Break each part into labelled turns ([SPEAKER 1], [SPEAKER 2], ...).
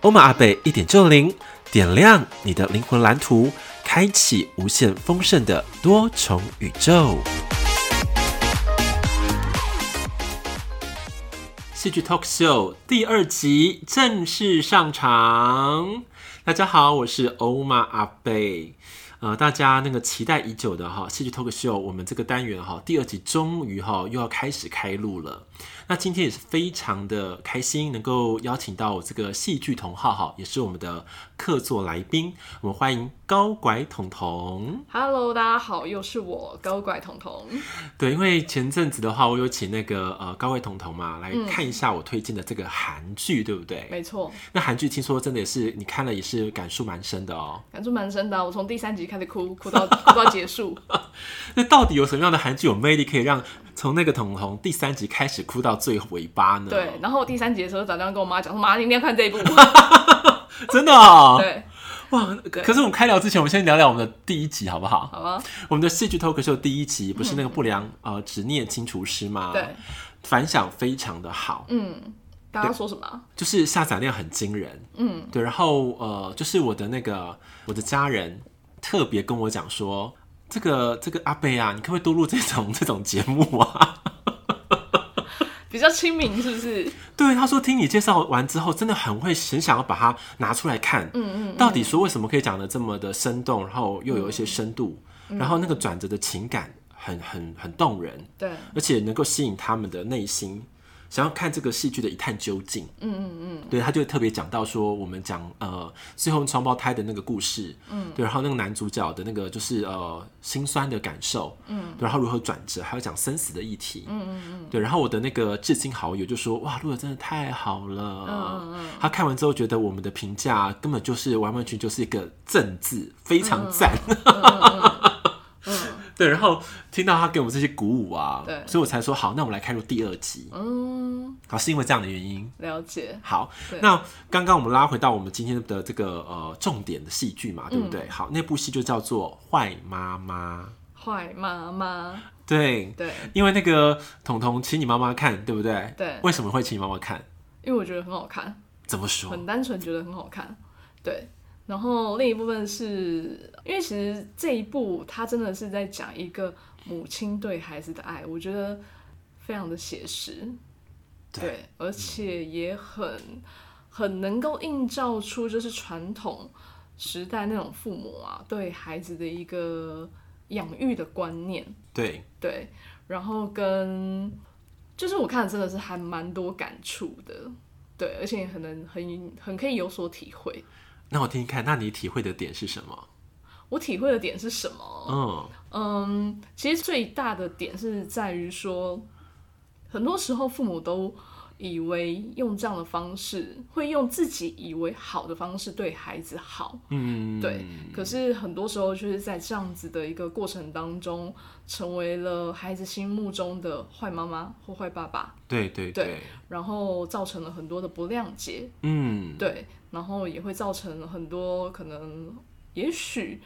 [SPEAKER 1] 欧玛阿贝一点就灵，点亮你的灵魂蓝图，开启无限丰盛的多重宇宙。戏剧 Talk Show 第二集正式上场。大家好，我是欧玛阿贝。呃，大家那个期待已久的哈戏剧 Talk Show，我们这个单元哈第二集终于哈又要开始开录了。那今天也是非常的开心，能够邀请到我这个戏剧同好哈，也是我们的客座来宾，我们欢迎高拐彤彤。
[SPEAKER 2] Hello，大家好，又是我高拐彤彤。
[SPEAKER 1] 对，因为前阵子的话，我有请那个呃高位彤彤嘛来看一下我推荐的这个韩剧，对不对？
[SPEAKER 2] 没错，
[SPEAKER 1] 那韩剧听说真的也是你看了也是感触蛮深的哦。
[SPEAKER 2] 感触蛮深的啊、我从第三集开始哭，哭到哭到结束。
[SPEAKER 1] 那到底有什么样的韩剧有魅力，可以让从那个彤彤第三集开始哭到最尾巴呢？
[SPEAKER 2] 对，，然后我第三集的时候打电话跟我妈讲说，妈，你一定要看这一部。
[SPEAKER 1] 真的哦。
[SPEAKER 2] 对，
[SPEAKER 1] 哇！可是我们开聊之前，我们先聊聊我们的第一集好不好？
[SPEAKER 2] 好吧，
[SPEAKER 1] 我们的戏剧 talk show 第一集不是那个不良呃执念清除师吗？
[SPEAKER 2] 嗯对，
[SPEAKER 1] 反响非常的好，
[SPEAKER 2] 嗯，大家说什么啊？
[SPEAKER 1] 就是下载量很惊人。
[SPEAKER 2] 嗯，
[SPEAKER 1] 对，然后呃，就是我的那个我的家人特别跟我讲说，这个这个阿贝啊，你可不可以多录这种这种节目 啊？
[SPEAKER 2] 比较亲民是不是？
[SPEAKER 1] 对，他说听你介绍完之后，真的很会很想要把它拿出来看。
[SPEAKER 2] 嗯嗯，
[SPEAKER 1] 到底说为什么可以讲的这么的生动，然后又有一些深度，
[SPEAKER 2] 嗯
[SPEAKER 1] 然后那个转折的情感很很很动人，
[SPEAKER 2] 对，
[SPEAKER 1] 而且能够吸引他们的内心，想要看这个戏剧的一探究竟。
[SPEAKER 2] 嗯嗯嗯，
[SPEAKER 1] 对，他就特别讲到说，我们讲呃最后双胞胎的那个故事，嗯，对，然后那个男主角的那个就是呃心酸的感受，嗯，对，然后如何转折，还有讲生死的议题，嗯嗯嗯，对，然后我的那个至亲好友就说，哇，录的真的太好了，
[SPEAKER 2] 嗯
[SPEAKER 1] 他看完之后觉得我们的评价根本就是完完全就是一个正字，非常赞，
[SPEAKER 2] 嗯
[SPEAKER 1] 对，然后听到他给我们这些鼓舞啊，
[SPEAKER 2] 对
[SPEAKER 1] 所以我才说好，那我们来开录第二集，
[SPEAKER 2] 嗯，
[SPEAKER 1] 好，是因为这样的原因，
[SPEAKER 2] 了解。
[SPEAKER 1] 好
[SPEAKER 2] 对，
[SPEAKER 1] 那刚刚我们拉回到我们今天的这个呃重点的戏剧嘛，对不对？
[SPEAKER 2] 嗯
[SPEAKER 1] 好，那部戏就叫做《坏妈妈》。
[SPEAKER 2] 坏妈妈，
[SPEAKER 1] 对，
[SPEAKER 2] 对，
[SPEAKER 1] 因为那个彤彤请你妈妈看，对不对？
[SPEAKER 2] 对
[SPEAKER 1] 为什么会请你妈妈看？
[SPEAKER 2] 因为我觉得很好看，
[SPEAKER 1] 怎么说？
[SPEAKER 2] 很单纯，觉得很好看。对，然后另一部分是因为其实这一部它真的是在讲一个母亲对孩子的爱，我觉得非常的写实，
[SPEAKER 1] 对
[SPEAKER 2] 而且也很很能够映照出就是传统时代那种父母啊对孩子的一个养育的观念。
[SPEAKER 1] 对，
[SPEAKER 2] 对，然后跟就是我看了真的是还蛮多感触的，对，而且很能很很可以有所体会。
[SPEAKER 1] 那我听听看，那你体会的点是什么？
[SPEAKER 2] 我体会的点是什么？
[SPEAKER 1] 嗯，
[SPEAKER 2] 嗯，其实最大的点是在于说，很多时候父母都以为用这样的方式，会用自己以为好的方式对孩子好，
[SPEAKER 1] 嗯，
[SPEAKER 2] 对，可是很多时候就是在这样子的一个过程当中，成为了孩子心目中的坏妈妈或坏爸爸，
[SPEAKER 1] 对对
[SPEAKER 2] 对然后造成了很多的不谅解，
[SPEAKER 1] 嗯，
[SPEAKER 2] 对，然后也会造成很多可能，也许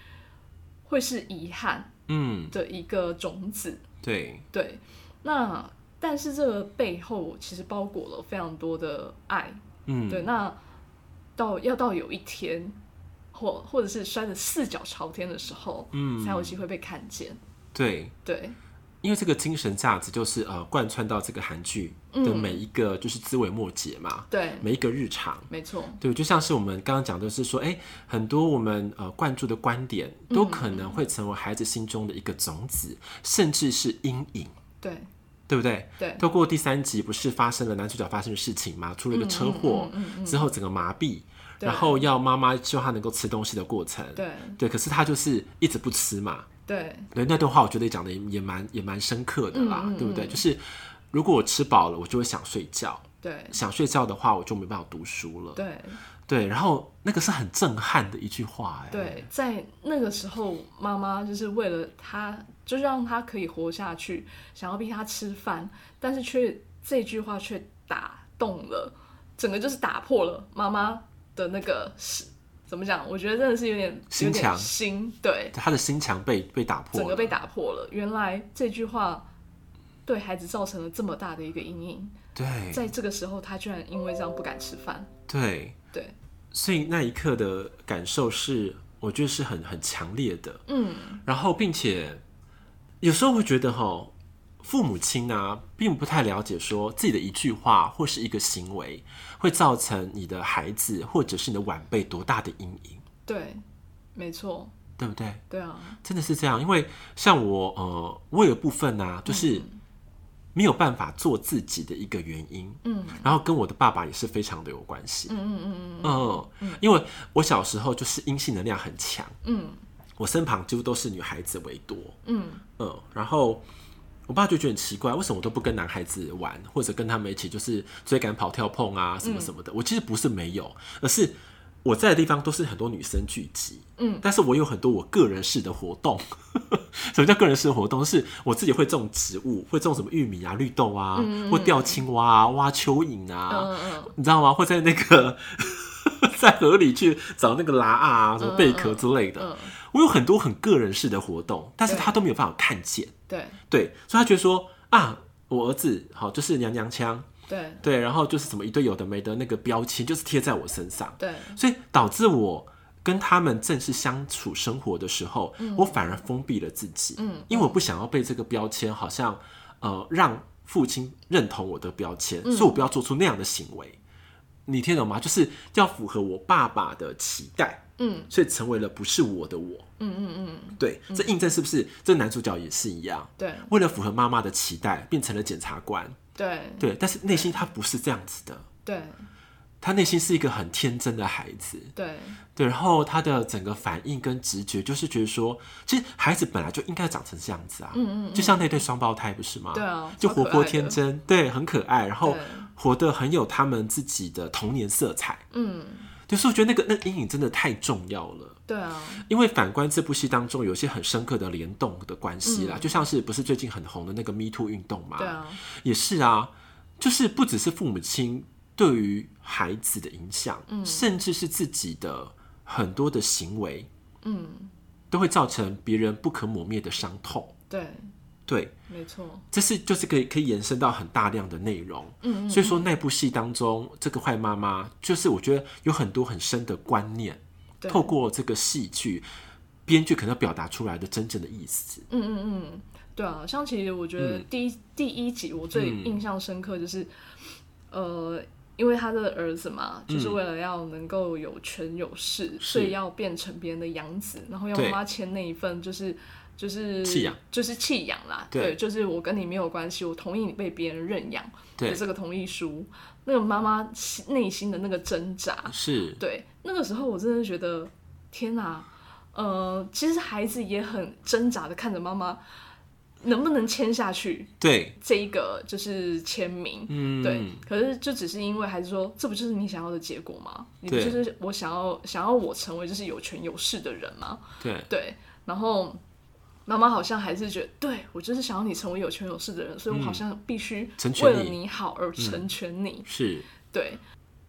[SPEAKER 2] 会是遗憾
[SPEAKER 1] 嗯，
[SPEAKER 2] 的一个种子，
[SPEAKER 1] 对，
[SPEAKER 2] 对。那但是这个背后其实包裹了非常多的爱，
[SPEAKER 1] 嗯，
[SPEAKER 2] 对。那到要到有一天，或或者是摔得四脚朝天的时候，
[SPEAKER 1] 嗯
[SPEAKER 2] 才有机会被看见，
[SPEAKER 1] 对，
[SPEAKER 2] 对，
[SPEAKER 1] 因为这个精神价值就是呃贯穿到这个韩剧
[SPEAKER 2] 嗯
[SPEAKER 1] 的每一个就是枝微末节嘛，
[SPEAKER 2] 对，
[SPEAKER 1] 每一个日常。
[SPEAKER 2] 没错，
[SPEAKER 1] 对，就像是我们刚刚讲的是说，哎、很多我们呃关注的观点，都
[SPEAKER 2] 嗯
[SPEAKER 1] 可能会成为孩子心中的一个种子，甚至是阴影，
[SPEAKER 2] 对，
[SPEAKER 1] 对不对？
[SPEAKER 2] 对，
[SPEAKER 1] 透过第三集不是发生了男主角发生的事情嘛，出了一个车祸、
[SPEAKER 2] 嗯
[SPEAKER 1] 之后，整个麻痹，
[SPEAKER 2] 对
[SPEAKER 1] 然后要妈妈希望他能够吃东西的过程，
[SPEAKER 2] 对，
[SPEAKER 1] 对，可是他就是一直不吃嘛，
[SPEAKER 2] 对，
[SPEAKER 1] 对那段话，我觉得也讲的也蛮也蛮深刻的啦，
[SPEAKER 2] 嗯嗯
[SPEAKER 1] 对不对？就是如果我吃饱了，我就会想睡觉，
[SPEAKER 2] 对，
[SPEAKER 1] 想睡觉的话，我就没办法读书了。
[SPEAKER 2] 对，
[SPEAKER 1] 对，然后那个是很震撼的一句话，哎，
[SPEAKER 2] 对，在那个时候，妈妈就是为了他，就是让他可以活下去，想要逼他吃饭，但是却这句话却打动了，整个就是打破了妈妈的那个是怎么讲？我觉得真的是有点
[SPEAKER 1] 心
[SPEAKER 2] 有点
[SPEAKER 1] 墙
[SPEAKER 2] 心对，
[SPEAKER 1] 他的心墙被被打破了，
[SPEAKER 2] 整个被打破了。原来这句话对孩子造成了这么大的一个阴影，
[SPEAKER 1] 对
[SPEAKER 2] 在这个时候，他居然因为这样不敢吃饭。
[SPEAKER 1] 对，
[SPEAKER 2] 对，
[SPEAKER 1] 所以那一刻的感受是，我觉得是很很强烈的。
[SPEAKER 2] 嗯，
[SPEAKER 1] 然后并且有时候会觉得哈，父母亲啊，并不太了解说自己的一句话或是一个行为，会造成你的孩子或者是你的晚辈多大的阴影，
[SPEAKER 2] 对，没错，
[SPEAKER 1] 对不对？
[SPEAKER 2] 对啊，
[SPEAKER 1] 真的是这样，因为像我，呃，我有部分呢、啊，就是没有办法做自己的一个原因，
[SPEAKER 2] 嗯，
[SPEAKER 1] 然后跟我的爸爸也是非常的有关系，
[SPEAKER 2] 嗯嗯嗯
[SPEAKER 1] 嗯，因为我小时候就是阴性能量很强，
[SPEAKER 2] 嗯
[SPEAKER 1] 我身旁几乎都是女孩子为多，
[SPEAKER 2] 嗯
[SPEAKER 1] 嗯，然后我爸就觉得很奇怪，为什么我都不跟男孩子玩，或者跟他们一起就是追赶、跑、跳、碰啊
[SPEAKER 2] 嗯
[SPEAKER 1] 什么什么的。我其实不是没有，而是我在的地方都是很多女生聚集，
[SPEAKER 2] 嗯，
[SPEAKER 1] 但是我有很多我个人式的活动。 什么叫个人式的活动？就是我自己会种植物，会种什么玉米啊、绿豆啊，或钓青蛙啊、挖蚯蚓啊，
[SPEAKER 2] 嗯嗯
[SPEAKER 1] 你知道吗？会在那个 在河里去找那个拉啊、什么贝壳之类的。
[SPEAKER 2] 嗯，
[SPEAKER 1] 我有很多很个人式的活动，但是
[SPEAKER 2] 对
[SPEAKER 1] 他都没有办法看见。
[SPEAKER 2] 对
[SPEAKER 1] 对，所以他觉得说啊，我儿子好就是娘娘腔，
[SPEAKER 2] 对
[SPEAKER 1] 对，然后就是什么一堆有的没的那个标签，就是贴在我身上，
[SPEAKER 2] 对，
[SPEAKER 1] 所以导致我跟他们正式相处生活的时候，我反而封闭了自己，
[SPEAKER 2] 嗯，
[SPEAKER 1] 因为我不想要被这个标签好像呃让父亲认同我的标签，
[SPEAKER 2] 嗯
[SPEAKER 1] 所以我不要做出那样的行为。你听懂吗？就是要符合我爸爸的期待，
[SPEAKER 2] 嗯
[SPEAKER 1] 所以成为了不是我的我。
[SPEAKER 2] 嗯嗯嗯，
[SPEAKER 1] 对，这印证是不是？这男主角也是一样，
[SPEAKER 2] 对
[SPEAKER 1] 为了符合妈妈的期待，变成了检察官。
[SPEAKER 2] 对
[SPEAKER 1] 对，但是内心他不是这样子的，
[SPEAKER 2] 对
[SPEAKER 1] 他内心是一个很天真的孩子。
[SPEAKER 2] 对
[SPEAKER 1] 对，然后他的整个反应跟直觉就是觉得说，其实孩子本来就应该长成这样子啊。嗯嗯就像那对双胞胎不是吗？
[SPEAKER 2] 对啊
[SPEAKER 1] 就
[SPEAKER 2] 超
[SPEAKER 1] 活
[SPEAKER 2] 可
[SPEAKER 1] 泼
[SPEAKER 2] 爱的
[SPEAKER 1] 天真，对，很可爱，然后
[SPEAKER 2] 对
[SPEAKER 1] 活得很有他们自己的童年色彩。
[SPEAKER 2] 嗯，
[SPEAKER 1] 就是我觉得那个那个阴影真的太重要了。
[SPEAKER 2] 对啊，
[SPEAKER 1] 因为反观这部戏当中有一些很深刻的联动的关系啦，就像是不是最近很红的那个 Me Too 运动嘛，
[SPEAKER 2] 嗯对啊，
[SPEAKER 1] 也是啊，就是不只是父母亲对于孩子的影响，
[SPEAKER 2] 嗯
[SPEAKER 1] 甚至是自己的很多的行为，
[SPEAKER 2] 嗯，
[SPEAKER 1] 都会造成别人不可磨灭的伤痛。
[SPEAKER 2] 对，
[SPEAKER 1] 对，
[SPEAKER 2] 没错，
[SPEAKER 1] 这是就是可以可以延伸到很大量的内容。
[SPEAKER 2] 嗯
[SPEAKER 1] 所以说那部戏当中，这个坏妈妈就是我觉得有很多很深的观念，
[SPEAKER 2] 对，
[SPEAKER 1] 透过这个戏剧，编剧可能表达出来的真正的意思。
[SPEAKER 2] 嗯嗯嗯，对啊，像其实我觉
[SPEAKER 1] 嗯
[SPEAKER 2] 得第一、第一集我最印象深刻就是，呃，因为他的儿子嘛，
[SPEAKER 1] 嗯
[SPEAKER 2] 就是为了要能够有权有势，所以要变成别人的养子，然后要
[SPEAKER 1] 对
[SPEAKER 2] 妈妈签那一份就是。就是
[SPEAKER 1] 弃养，
[SPEAKER 2] 就是弃养啦。
[SPEAKER 1] 对
[SPEAKER 2] 对，就是我跟你没有关系，我同意你被别人认养
[SPEAKER 1] 对
[SPEAKER 2] 的这个同意书。那个妈妈心内心的那个挣扎，
[SPEAKER 1] 是，
[SPEAKER 2] 对，那个时候我真的觉得，天哪，呃，其实孩子也很挣扎的看着妈妈能不能签下去
[SPEAKER 1] 对，
[SPEAKER 2] 这一个就是签名，
[SPEAKER 1] 嗯，
[SPEAKER 2] 对。可是就只是因为孩子说，这不就是你想要的结果吗？你不
[SPEAKER 1] 对
[SPEAKER 2] 就是我想要想要我成为就是有权有势的人吗？
[SPEAKER 1] 对，
[SPEAKER 2] 对，然后妈妈好像还是觉得，对我就是想要你成为有权有势的人，所以我好像必须
[SPEAKER 1] 嗯成全
[SPEAKER 2] 为了
[SPEAKER 1] 你嗯
[SPEAKER 2] 你好而成全你。
[SPEAKER 1] 是，
[SPEAKER 2] 对，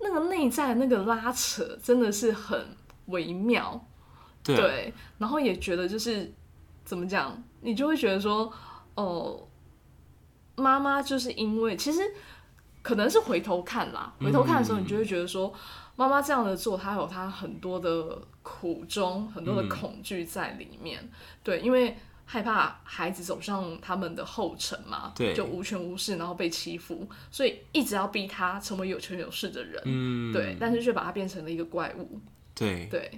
[SPEAKER 2] 那个内在那个拉扯真的是很微妙，
[SPEAKER 1] 对，啊
[SPEAKER 2] 对，然后也觉得就是怎么讲，你就会觉得说，哦，妈妈就是因为其实可能是回头看啦，
[SPEAKER 1] 嗯
[SPEAKER 2] 回头看的时候，你就会觉得说，妈妈这样的做，她有她很多的苦衷，很多的恐惧在里面，对，因为。害怕孩子走上他们的后尘嘛，
[SPEAKER 1] 对
[SPEAKER 2] 就无权无势，然后被欺负，所以一直要逼他成为有权有势的人，
[SPEAKER 1] 嗯，
[SPEAKER 2] 对，但是却把他变成了一个怪物，
[SPEAKER 1] 对，
[SPEAKER 2] 对，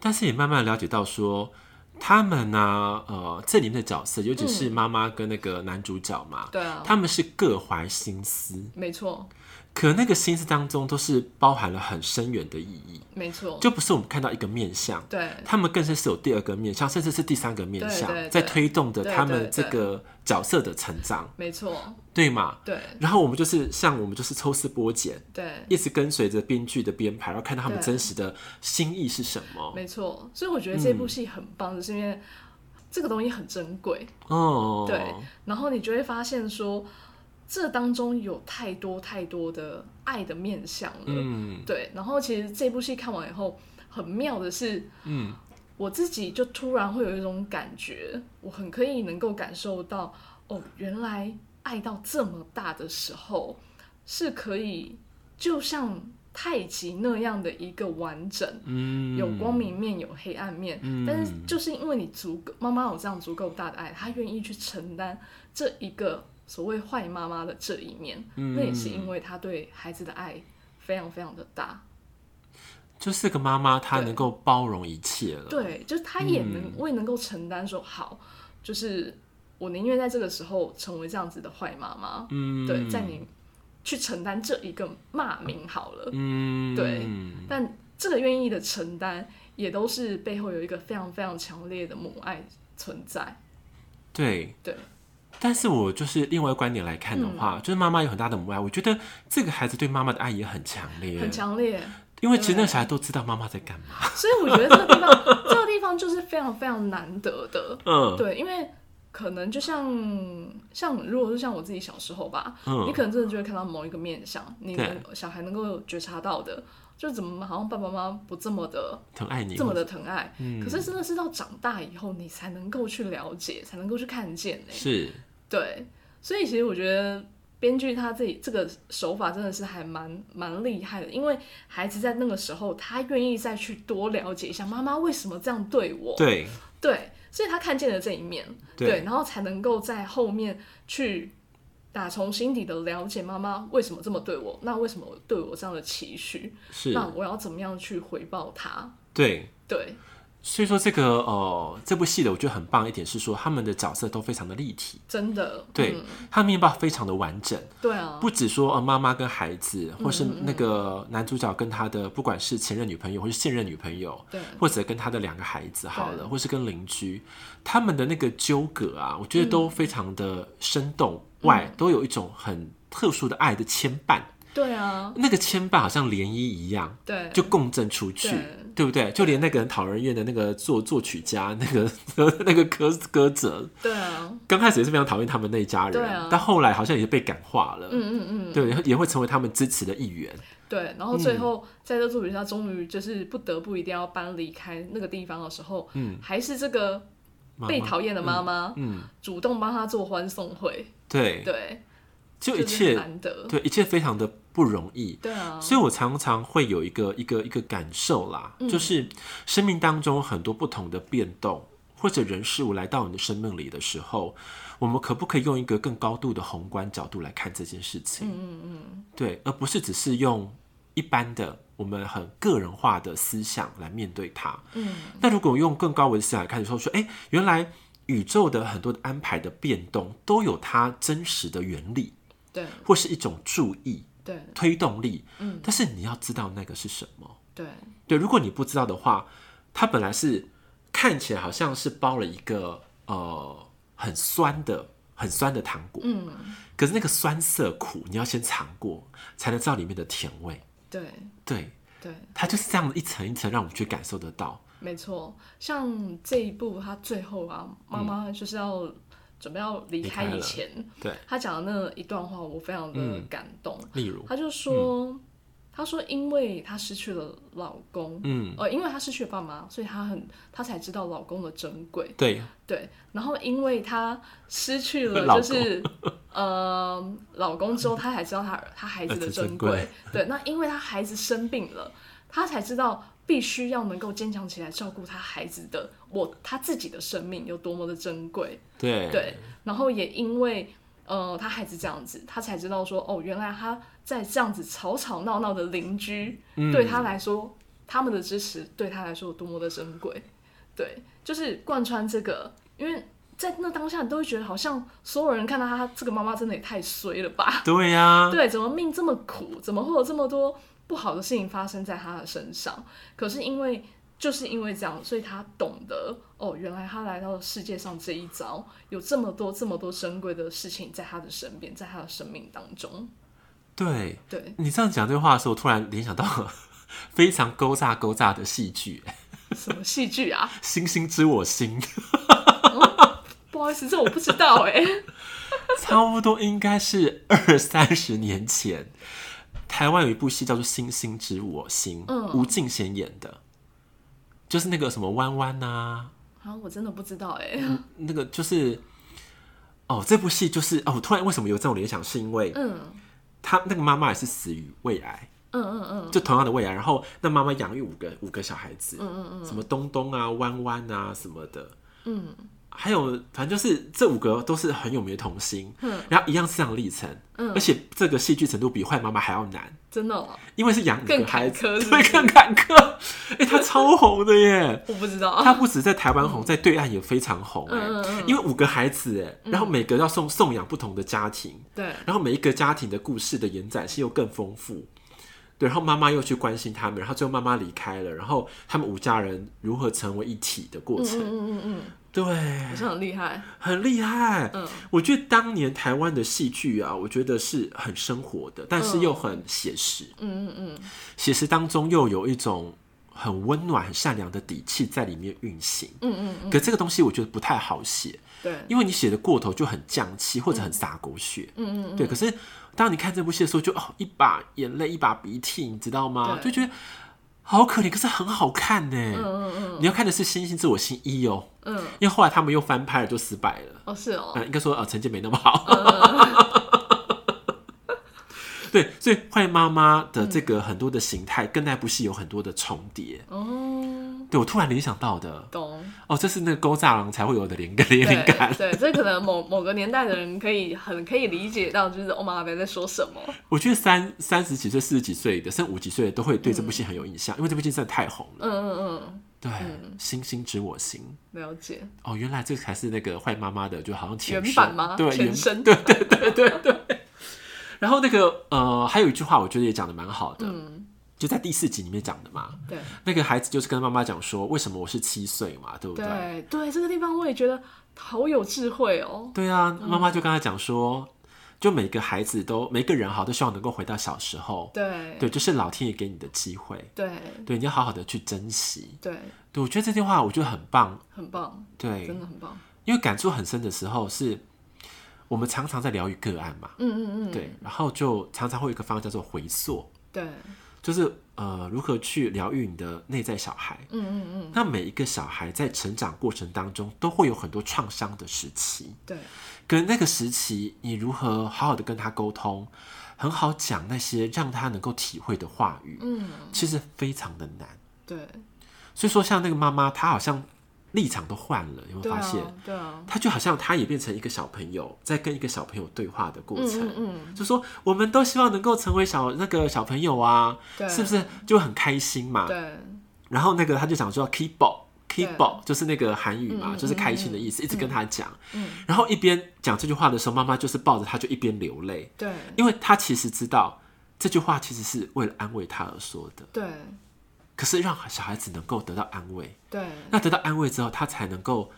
[SPEAKER 1] 但是也慢慢了解到说，他们呢、呃，这里面的角色，尤其
[SPEAKER 2] 嗯
[SPEAKER 1] 是妈妈跟那个男主角嘛，
[SPEAKER 2] 对啊，
[SPEAKER 1] 他们是各怀心思，
[SPEAKER 2] 没错，
[SPEAKER 1] 可那个心思当中都是包含了很深远的意义，
[SPEAKER 2] 没错，
[SPEAKER 1] 就不是我们看到一个面相，
[SPEAKER 2] 对
[SPEAKER 1] 他们更是是有第二个面相，甚至是第三个面
[SPEAKER 2] 对对
[SPEAKER 1] 相，
[SPEAKER 2] 对
[SPEAKER 1] 在推动着
[SPEAKER 2] 对
[SPEAKER 1] 他们
[SPEAKER 2] 对
[SPEAKER 1] 这
[SPEAKER 2] 对
[SPEAKER 1] 个角色的成长，
[SPEAKER 2] 没错，
[SPEAKER 1] 对吗？
[SPEAKER 2] 对
[SPEAKER 1] 然后我们就是像我们就是抽丝剥茧，
[SPEAKER 2] 对。
[SPEAKER 1] 一直跟随着编剧的编排，然后看到他们
[SPEAKER 2] 对
[SPEAKER 1] 真实的心意是什么。
[SPEAKER 2] 没错，所以我觉得这部戏很棒，就是因为这个东西很珍贵，
[SPEAKER 1] 哦，
[SPEAKER 2] 对，然后你就会发现说，这当中有太多太多的爱的面向了，
[SPEAKER 1] 嗯
[SPEAKER 2] 对，然后其实这部戏看完以后，很妙的是，
[SPEAKER 1] 嗯，
[SPEAKER 2] 我自己就突然会有一种感觉，我很可以能够感受到，哦，原来爱到这么大的时候，是可以就像太极那样的一个完整，
[SPEAKER 1] 嗯，
[SPEAKER 2] 有光明面，有黑暗面，
[SPEAKER 1] 嗯
[SPEAKER 2] 但是就是因为你足够，妈妈有这样足够大的爱，她愿意去承担这一个所谓坏妈妈的这一面，
[SPEAKER 1] 嗯
[SPEAKER 2] 那也是因为她对孩子的爱非常非常的大，
[SPEAKER 1] 就是个妈妈，她
[SPEAKER 2] 对
[SPEAKER 1] 能够包容一切了。
[SPEAKER 2] 对，就是她也
[SPEAKER 1] 嗯
[SPEAKER 2] 能，我也能够承担说好，就是我宁愿在这个时候成为这样子的坏妈妈，
[SPEAKER 1] 嗯，
[SPEAKER 2] 对，在你去承担这一个骂名好了，
[SPEAKER 1] 嗯，
[SPEAKER 2] 对但这个愿意的承担，也都是背后有一个非常非常强烈的母爱存在。
[SPEAKER 1] 对
[SPEAKER 2] 对。嗯
[SPEAKER 1] 但是我就是另外一个观点来看的话，就是妈妈有很大的母爱，我觉得这个孩子对妈妈的爱也很强烈，
[SPEAKER 2] 很强烈，
[SPEAKER 1] 因为其实那
[SPEAKER 2] 对
[SPEAKER 1] 个小孩都知道妈妈在干嘛。
[SPEAKER 2] 所以我觉得这个地方， 这个地方就是非常非常难得的。
[SPEAKER 1] 嗯，
[SPEAKER 2] 对，因为可能就像像如果是像我自己小时候吧，
[SPEAKER 1] 嗯
[SPEAKER 2] 你可能真的就会看到某一个面相，你
[SPEAKER 1] 对
[SPEAKER 2] 能小孩能够觉察到的，就怎么好像爸爸妈妈不这么的
[SPEAKER 1] 很爱你，
[SPEAKER 2] 这么的疼爱，
[SPEAKER 1] 嗯
[SPEAKER 2] 可是真的是到长大以后，你才能够去了解，才能够去看见欸呢、
[SPEAKER 1] 是，
[SPEAKER 2] 对，所以其实我觉得编剧他自己这个手法真的是还蛮蛮厉害的，因为孩子在那个时候，他愿意再去多了解一下妈妈为什么这样对我，
[SPEAKER 1] 对
[SPEAKER 2] 对所以他看见了这一面，
[SPEAKER 1] 对
[SPEAKER 2] 然后才能够在后面去打从心底的了解妈妈为什么这么对我，那为什么对我这样的期许，
[SPEAKER 1] 是，
[SPEAKER 2] 那我要怎么样去回报他？
[SPEAKER 1] 对。
[SPEAKER 2] 对，
[SPEAKER 1] 所以说这个呃，这部戏的我觉得很棒一点是说，他们的角色都非常的立体，
[SPEAKER 2] 真的，
[SPEAKER 1] 对，
[SPEAKER 2] 嗯
[SPEAKER 1] 他们面貌非常的完整，
[SPEAKER 2] 对啊，
[SPEAKER 1] 不只说呃妈妈跟孩子，或
[SPEAKER 2] 嗯
[SPEAKER 1] 是那个男主角跟他的不管是前任女朋友或是现任女朋友，
[SPEAKER 2] 对，
[SPEAKER 1] 或者跟他的两个孩子好
[SPEAKER 2] 对
[SPEAKER 1] 了，或是跟邻居，他们的那个纠葛啊，我觉得
[SPEAKER 2] 嗯
[SPEAKER 1] 都非常的生动，外都有一种很特殊的爱的牵绊，
[SPEAKER 2] 对啊，
[SPEAKER 1] 那个牵绊好像涟漪一样，
[SPEAKER 2] 对，啊
[SPEAKER 1] 就共振出去
[SPEAKER 2] 对，
[SPEAKER 1] 对不对？就连那个很讨人厌的那个作作曲家，那个那个歌歌者，
[SPEAKER 2] 对啊，
[SPEAKER 1] 刚开始也是非常讨厌他们那一家人，
[SPEAKER 2] 对啊
[SPEAKER 1] 但后来好像也是被感化了，
[SPEAKER 2] 嗯嗯嗯。
[SPEAKER 1] 对，也会成为他们支持的一员。
[SPEAKER 2] 对，然后
[SPEAKER 1] 嗯
[SPEAKER 2] 最后在这作品下，终于就是不得不一定要搬离开那个地方的时候，嗯，还是这个
[SPEAKER 1] 妈妈
[SPEAKER 2] 被讨厌的妈妈
[SPEAKER 1] 嗯，
[SPEAKER 2] 主动帮他做欢送会，
[SPEAKER 1] 对，
[SPEAKER 2] 对，
[SPEAKER 1] 就
[SPEAKER 2] 这
[SPEAKER 1] 一
[SPEAKER 2] 是
[SPEAKER 1] 切，
[SPEAKER 2] 难得，
[SPEAKER 1] 对，一切非常的不容易。
[SPEAKER 2] 对啊，
[SPEAKER 1] 所以我常常会有一个一个一个感受啦，就是生命当中很多不同的变动或者人事物来到你的生命里的时候，我们可不可以用一个更高度的宏观角度来看这件事情？嗯嗯嗯，对，而不是只是用一般的。我们很个人化的思想来面对它。
[SPEAKER 2] 嗯，
[SPEAKER 1] 那如果用更高维的思想来看，就说说，哎、原来宇宙的很多的安排的变动都有它真实的原理，
[SPEAKER 2] 对
[SPEAKER 1] 或是一种注意。
[SPEAKER 2] 对
[SPEAKER 1] 推动力，
[SPEAKER 2] 嗯，
[SPEAKER 1] 但是你要知道那个是什么。
[SPEAKER 2] 对
[SPEAKER 1] 对，如果你不知道的话，它本来是看起来好像是包了一个呃很酸的、很酸的糖果，
[SPEAKER 2] 嗯，
[SPEAKER 1] 可是那个酸涩苦，你要先尝过，才能知道里面的甜味。
[SPEAKER 2] 对
[SPEAKER 1] 对，
[SPEAKER 2] 对，
[SPEAKER 1] 它就是这样一层一层让我们去感受得到。
[SPEAKER 2] 没错，像这一部他最后啊，妈妈就是要、准备要离
[SPEAKER 1] 嗯离
[SPEAKER 2] 开
[SPEAKER 1] 开
[SPEAKER 2] 以
[SPEAKER 1] 了
[SPEAKER 2] 前，
[SPEAKER 1] 对，
[SPEAKER 2] 他讲的那一段话，我非常的
[SPEAKER 1] 嗯
[SPEAKER 2] 感动，
[SPEAKER 1] 例如，嗯
[SPEAKER 2] 他就说，他说因为她失去了老公，
[SPEAKER 1] 嗯，
[SPEAKER 2] 呃，因为她失去了爸妈，所以她很，她才知道老公的珍贵。
[SPEAKER 1] 对，
[SPEAKER 2] 对，然后因为她失去
[SPEAKER 1] 老
[SPEAKER 2] 了，
[SPEAKER 1] 公
[SPEAKER 2] 就是呃，老公之后，她才知道她她孩子的珍
[SPEAKER 1] 儿子
[SPEAKER 2] 贵。对，那因为她孩子生病了，她才知道必须要能够坚强起来，照顾她孩子的我，她自己的生命有多么的珍贵。
[SPEAKER 1] 对，
[SPEAKER 2] 对，然后也因为呃，他孩子这样子，他才知道说，哦，原来他在这样子吵吵闹闹的邻居，对他来说，他们的支持对他来说有多么的珍贵。对，就是贯穿这个，因为在那当下，你都会觉得好像所有人看到他这个妈妈真的也太衰了吧？
[SPEAKER 1] 对呀、
[SPEAKER 2] 对，怎么命这么苦？怎么会有这么多不好的事情发生在他的身上？可是因为就是因为这样，所以他懂得哦，原来他来到了世界上这一遭，有这么多这么多珍贵的事情在他的身边，在他的生命当中。
[SPEAKER 1] 对
[SPEAKER 2] 对，
[SPEAKER 1] 你这样讲这话的时候，我突然联想到 非常勾炸勾炸的戏剧《
[SPEAKER 2] 什么戏剧啊？
[SPEAKER 1] 星星知我心》，
[SPEAKER 2] 不好意思，这我不知道哎、
[SPEAKER 1] 差不多应该是二三十年前，台湾有一部戏叫做《星星知我心》，
[SPEAKER 2] 嗯
[SPEAKER 1] 吴敬贤演的，就是那个什么弯弯呐、
[SPEAKER 2] 啊，我真的不知道哎、
[SPEAKER 1] 那个就是。哦，这部戏就是哦，我突然为什么有这种联想，是因为
[SPEAKER 2] 嗯
[SPEAKER 1] 他那个妈妈也是死于胃癌，
[SPEAKER 2] 嗯嗯嗯，
[SPEAKER 1] 就同样的未来，然后那妈妈养育五个五个小孩子，嗯嗯嗯，什么东东啊、弯弯啊什么的，
[SPEAKER 2] 嗯，
[SPEAKER 1] 还有反正就是这五个都是很有名的童星，
[SPEAKER 2] 嗯，
[SPEAKER 1] 然后一样是这样的历程，
[SPEAKER 2] 嗯
[SPEAKER 1] 而且这个戏剧程度比坏妈妈还要难，
[SPEAKER 2] 真的哦、
[SPEAKER 1] 因为是养五
[SPEAKER 2] 更
[SPEAKER 1] 个孩子，
[SPEAKER 2] 坎坷是不
[SPEAKER 1] 对，
[SPEAKER 2] 是。
[SPEAKER 1] 更坎坷， 哎、他超红的耶
[SPEAKER 2] 我不知道。
[SPEAKER 1] 他不止在台湾红，在对岸也非常红哎、
[SPEAKER 2] 嗯嗯嗯
[SPEAKER 1] 因为五个孩子哎，然后每个要送送养不同的家庭，
[SPEAKER 2] 对，
[SPEAKER 1] 然后每一个家庭的故事的延展性又更丰富。对，然后妈妈又去关心他们，然后最后妈妈离开了，然后他们五家人如何成为一体的过
[SPEAKER 2] 嗯
[SPEAKER 1] 程，
[SPEAKER 2] 嗯嗯嗯嗯，
[SPEAKER 1] 对
[SPEAKER 2] 好，像很厉害。
[SPEAKER 1] 很厉害。
[SPEAKER 2] 嗯
[SPEAKER 1] 我觉得当年台湾的戏剧啊，我觉得是很生活的，但是又很写实，
[SPEAKER 2] 嗯嗯
[SPEAKER 1] 写实当中又有一种很温暖、很善良的底气在里面运行。
[SPEAKER 2] 嗯嗯嗯，
[SPEAKER 1] 可这个东西我觉得不太好写，
[SPEAKER 2] 对，
[SPEAKER 1] 因为你写的过头就很降气或者很洒狗血。
[SPEAKER 2] 嗯嗯嗯，
[SPEAKER 1] 对，可是当你看这部戏的时候就，哦一把眼泪一把鼻涕，你知道吗？就
[SPEAKER 2] 对
[SPEAKER 1] 觉得好可怜，可是很好看呢。
[SPEAKER 2] 嗯嗯
[SPEAKER 1] 你要看的是《星星自我心一》哦，
[SPEAKER 2] 嗯，
[SPEAKER 1] 因为后来他们又翻拍了，就失败了。
[SPEAKER 2] 哦是哦，嗯
[SPEAKER 1] 呃，应该说呃，成绩没那么好。 对，所以坏妈妈的这个很多的形态跟那部戏有很多的重叠。
[SPEAKER 2] 哦，
[SPEAKER 1] 对我突然联想到的，
[SPEAKER 2] 懂。
[SPEAKER 1] 哦，这是那个勾栅郎才会有的灵感灵
[SPEAKER 2] 对
[SPEAKER 1] 感。
[SPEAKER 2] 对，这可能某某个年代的人可以很可以理解到，就是哦欧玛贝在说什么。
[SPEAKER 1] 我觉得三三十几岁、四十几岁的，甚至五十几岁的，都会对这部戏很有印象，因为这部戏真的太红了。
[SPEAKER 2] 嗯嗯嗯，
[SPEAKER 1] 对，星星知我心。
[SPEAKER 2] 了解。
[SPEAKER 1] 哦，原来这才是那个坏妈妈的，就好像前
[SPEAKER 2] 原
[SPEAKER 1] 身
[SPEAKER 2] 版吗？
[SPEAKER 1] 对，
[SPEAKER 2] 全
[SPEAKER 1] 原
[SPEAKER 2] 身。
[SPEAKER 1] 对对对对对。然后那个呃，还有一句话，我觉得也讲的蛮好的，
[SPEAKER 2] 嗯，
[SPEAKER 1] 就在第四集里面讲的嘛。
[SPEAKER 2] 对
[SPEAKER 1] 那个孩子就是跟妈妈讲说，为什么我是七岁嘛，对不对？
[SPEAKER 2] 对对，这个地方我也觉得好有智慧哦。
[SPEAKER 1] 对啊，妈妈就跟他讲说，就每个孩子都每个人好都希望能够回到小时候，
[SPEAKER 2] 对嗯
[SPEAKER 1] 对，就是老天爷给你的机会，
[SPEAKER 2] 对
[SPEAKER 1] 对，你要好好的去珍惜。
[SPEAKER 2] 对，
[SPEAKER 1] 对，我觉得这句话我觉得很棒，
[SPEAKER 2] 很棒，
[SPEAKER 1] 对，
[SPEAKER 2] 真的很棒。
[SPEAKER 1] 因为感触很深的时候是，我们常常在疗愈个案嘛，
[SPEAKER 2] 嗯嗯嗯，
[SPEAKER 1] 对，然后就常常会有一个方向叫做回溯，
[SPEAKER 2] 对，嗯
[SPEAKER 1] 就是呃如何去疗愈你的内在小孩。
[SPEAKER 2] 嗯嗯嗯，
[SPEAKER 1] 那每一个小孩在成长过程当中都会有很多创伤的时期，
[SPEAKER 2] 对
[SPEAKER 1] 跟那个时期你如何好好的跟他沟通，很好讲那些让他能够体会的话语，
[SPEAKER 2] 嗯
[SPEAKER 1] 其实非常的难。
[SPEAKER 2] 对，
[SPEAKER 1] 所以说，像那个妈妈，她好像立场都换了，有没有
[SPEAKER 2] 对
[SPEAKER 1] 发现？
[SPEAKER 2] 啊对啊，
[SPEAKER 1] 他就好像他也变成一个小朋友，在跟一个小朋友对话的过
[SPEAKER 2] 嗯
[SPEAKER 1] 程，
[SPEAKER 2] 嗯嗯，
[SPEAKER 1] 就说我们都希望能够成为小那个小朋友啊，
[SPEAKER 2] 嗯对，
[SPEAKER 1] 是不？是就很开心嘛？
[SPEAKER 2] 对
[SPEAKER 1] 然后那个他就讲说 keep ball。k e e p
[SPEAKER 2] 对
[SPEAKER 1] ball 就是那个韩语嘛，
[SPEAKER 2] 嗯嗯
[SPEAKER 1] 就是开心的意思，一直跟他讲。
[SPEAKER 2] 嗯
[SPEAKER 1] 然后一边讲这句话的时候，妈妈就是抱着他就一边流泪，
[SPEAKER 2] 对
[SPEAKER 1] 因为他其实知道这句话其实是为了安慰他而说的，
[SPEAKER 2] 对
[SPEAKER 1] 可是让小孩子能够得到安慰，
[SPEAKER 2] 对
[SPEAKER 1] 那得到安慰之后，他才能够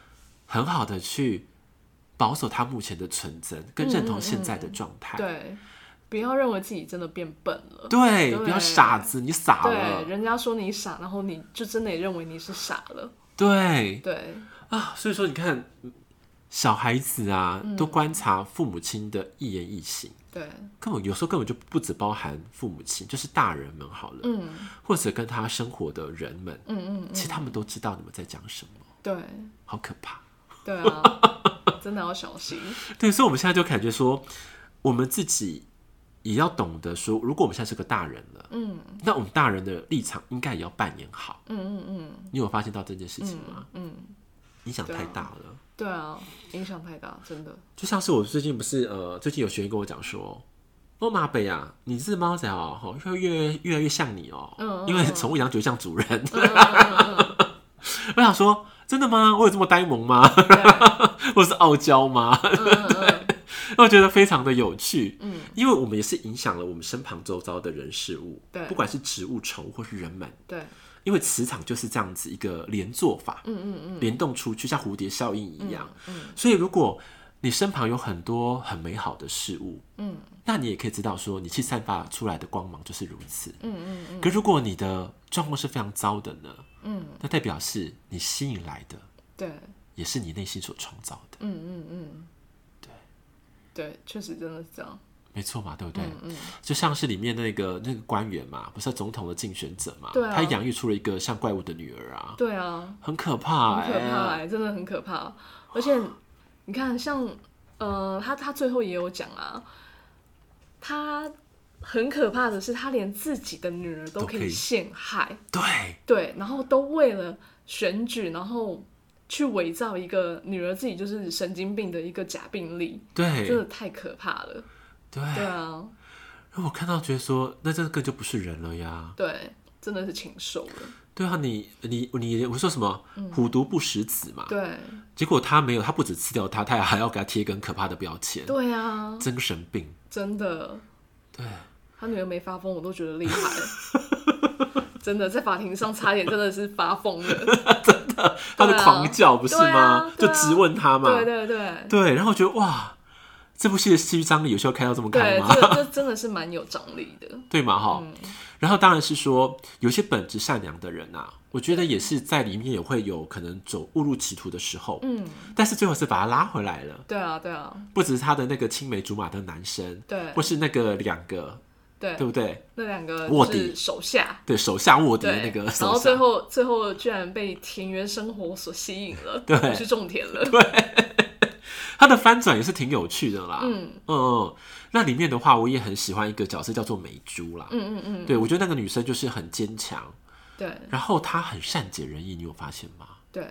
[SPEAKER 1] 很好的去保守他目前的纯真，跟认同现
[SPEAKER 2] 嗯
[SPEAKER 1] 在的状态。
[SPEAKER 2] 对，不要认为自己真的变笨了。
[SPEAKER 1] 对
[SPEAKER 2] 对
[SPEAKER 1] 不要傻子，你傻
[SPEAKER 2] 对，
[SPEAKER 1] 了。
[SPEAKER 2] 人家说你傻，然后你就真的也认为你是傻了。
[SPEAKER 1] 对
[SPEAKER 2] 对
[SPEAKER 1] 啊，所以说你看，小孩子啊，
[SPEAKER 2] 嗯
[SPEAKER 1] 都观察父母亲的一言一行，
[SPEAKER 2] 对，
[SPEAKER 1] 根本有时候根本就不只包含父母亲，就是大人们好了，
[SPEAKER 2] 嗯
[SPEAKER 1] 或者跟他生活的人们，
[SPEAKER 2] 嗯嗯，
[SPEAKER 1] 其实他们都知道你们在讲什么，
[SPEAKER 2] 对
[SPEAKER 1] 好可怕。
[SPEAKER 2] 对啊，真的要小心。
[SPEAKER 1] 对，所以我们现在就感觉说，我们自己也要懂得说，如果我们现在是个大人了，
[SPEAKER 2] 嗯
[SPEAKER 1] 那我们大人的立场应该也要扮演好。
[SPEAKER 2] 嗯嗯嗯
[SPEAKER 1] 你有发现到这件事情吗
[SPEAKER 2] 嗯？嗯，
[SPEAKER 1] 影响
[SPEAKER 2] 对啊
[SPEAKER 1] 太大了。
[SPEAKER 2] 对啊，影响太大，真的。
[SPEAKER 1] 就像是我最近不是呃，最近有学员跟我讲说，哦马北啊，你是猫仔哦，吼越越越来越像你哦，
[SPEAKER 2] 嗯嗯
[SPEAKER 1] 因为宠物养久像主人。
[SPEAKER 2] 嗯嗯嗯嗯
[SPEAKER 1] 我想说，真的吗？我有这么呆萌吗？
[SPEAKER 2] 嗯对
[SPEAKER 1] 我或是傲娇吗？
[SPEAKER 2] 嗯嗯
[SPEAKER 1] 我觉得非常的有趣，
[SPEAKER 2] 嗯，
[SPEAKER 1] 因为我们也是影响了我们身旁周遭的人事物，
[SPEAKER 2] 对
[SPEAKER 1] 不管是植物、宠物或是人们，
[SPEAKER 2] 对，
[SPEAKER 1] 因为磁场就是这样子一个连做法，嗯嗯嗯，联动出去，像蝴蝶效应一样，嗯，所以如果你身旁有很多很美好的事物，
[SPEAKER 2] 嗯，
[SPEAKER 1] 那你也可以知道说，你去散发出来的光芒就是如此，
[SPEAKER 2] 嗯嗯嗯，
[SPEAKER 1] 可如果你的状况是非常糟的呢，
[SPEAKER 2] 嗯，
[SPEAKER 1] 那代表是你吸引来的，
[SPEAKER 2] 对，
[SPEAKER 1] 也是你内心所创造的，
[SPEAKER 2] 嗯嗯嗯，对，对，确实真的是这样。
[SPEAKER 1] 没错嘛，对不对？
[SPEAKER 2] 嗯嗯，
[SPEAKER 1] 就像是里面那个那个官员嘛，不是总统的竞选者嘛，
[SPEAKER 2] 对啊
[SPEAKER 1] 他养育出了一个像怪物的女儿啊，
[SPEAKER 2] 对啊，
[SPEAKER 1] 很可怕、欸，
[SPEAKER 2] 很可怕哎、真的很可怕。而且你看，像呃，他他最后也有讲啊，他很可怕的是，他连自己的女儿都
[SPEAKER 1] 都可
[SPEAKER 2] 可以
[SPEAKER 1] 以
[SPEAKER 2] 陷害，
[SPEAKER 1] 对
[SPEAKER 2] 对，然后都为了选举，然后去伪造一个女儿自己就是神经病的一个假病例，真
[SPEAKER 1] 对
[SPEAKER 2] 的太可怕了。
[SPEAKER 1] 对。
[SPEAKER 2] 对啊，
[SPEAKER 1] 然后我看到觉得说，那这个就不是人了呀。
[SPEAKER 2] 对，真的是禽兽了。
[SPEAKER 1] 对啊，你你你，我说什么
[SPEAKER 2] 嗯
[SPEAKER 1] 虎毒不食子嘛，
[SPEAKER 2] 对，
[SPEAKER 1] 结果他没有，他不止吃掉他，他还要给他贴一个很可怕的标签，
[SPEAKER 2] 对啊，
[SPEAKER 1] 精神病。
[SPEAKER 2] 真的，
[SPEAKER 1] 对，
[SPEAKER 2] 他女儿没发疯，我都觉得厉害。 真的，在法庭上差点真的是发疯了。
[SPEAKER 1] 他的狂叫不是
[SPEAKER 2] 对啊
[SPEAKER 1] 吗？
[SPEAKER 2] 对
[SPEAKER 1] 就
[SPEAKER 2] 啊
[SPEAKER 1] 质问他嘛。
[SPEAKER 2] 对对对，
[SPEAKER 1] 对然后我觉得哇，这部戏的戏剧张力有时候开到这么开
[SPEAKER 2] 对，嗯
[SPEAKER 1] 吗？
[SPEAKER 2] 这个这真的是蛮有张力的。
[SPEAKER 1] 对嘛哈、然后当然是说，有些本质善良的人啊，我觉得也是在里面也会有可能走误入歧途的时候，
[SPEAKER 2] 嗯，
[SPEAKER 1] 但是最后是把他拉回来了。
[SPEAKER 2] 对啊，对啊，
[SPEAKER 1] 不只是他的那个青梅竹马的男生，
[SPEAKER 2] 对
[SPEAKER 1] 或是那个两个，
[SPEAKER 2] 对
[SPEAKER 1] 对，不对？
[SPEAKER 2] 那两个
[SPEAKER 1] 卧
[SPEAKER 2] 就
[SPEAKER 1] 底
[SPEAKER 2] 是手下，
[SPEAKER 1] 对手下卧底的那
[SPEAKER 2] 对，
[SPEAKER 1] 个手下，
[SPEAKER 2] 然后最后最后居然被田园生活所吸引了，
[SPEAKER 1] 对
[SPEAKER 2] 跑去种田了。
[SPEAKER 1] 他的翻转也是挺有趣的啦。
[SPEAKER 2] 嗯
[SPEAKER 1] 嗯嗯，那里面的话，我也很喜欢一个角色叫做美珠啦。
[SPEAKER 2] 嗯嗯嗯，
[SPEAKER 1] 对，我觉得那个女生就是很坚强，
[SPEAKER 2] 对
[SPEAKER 1] 然后她很善解人意，你有发现吗？
[SPEAKER 2] 对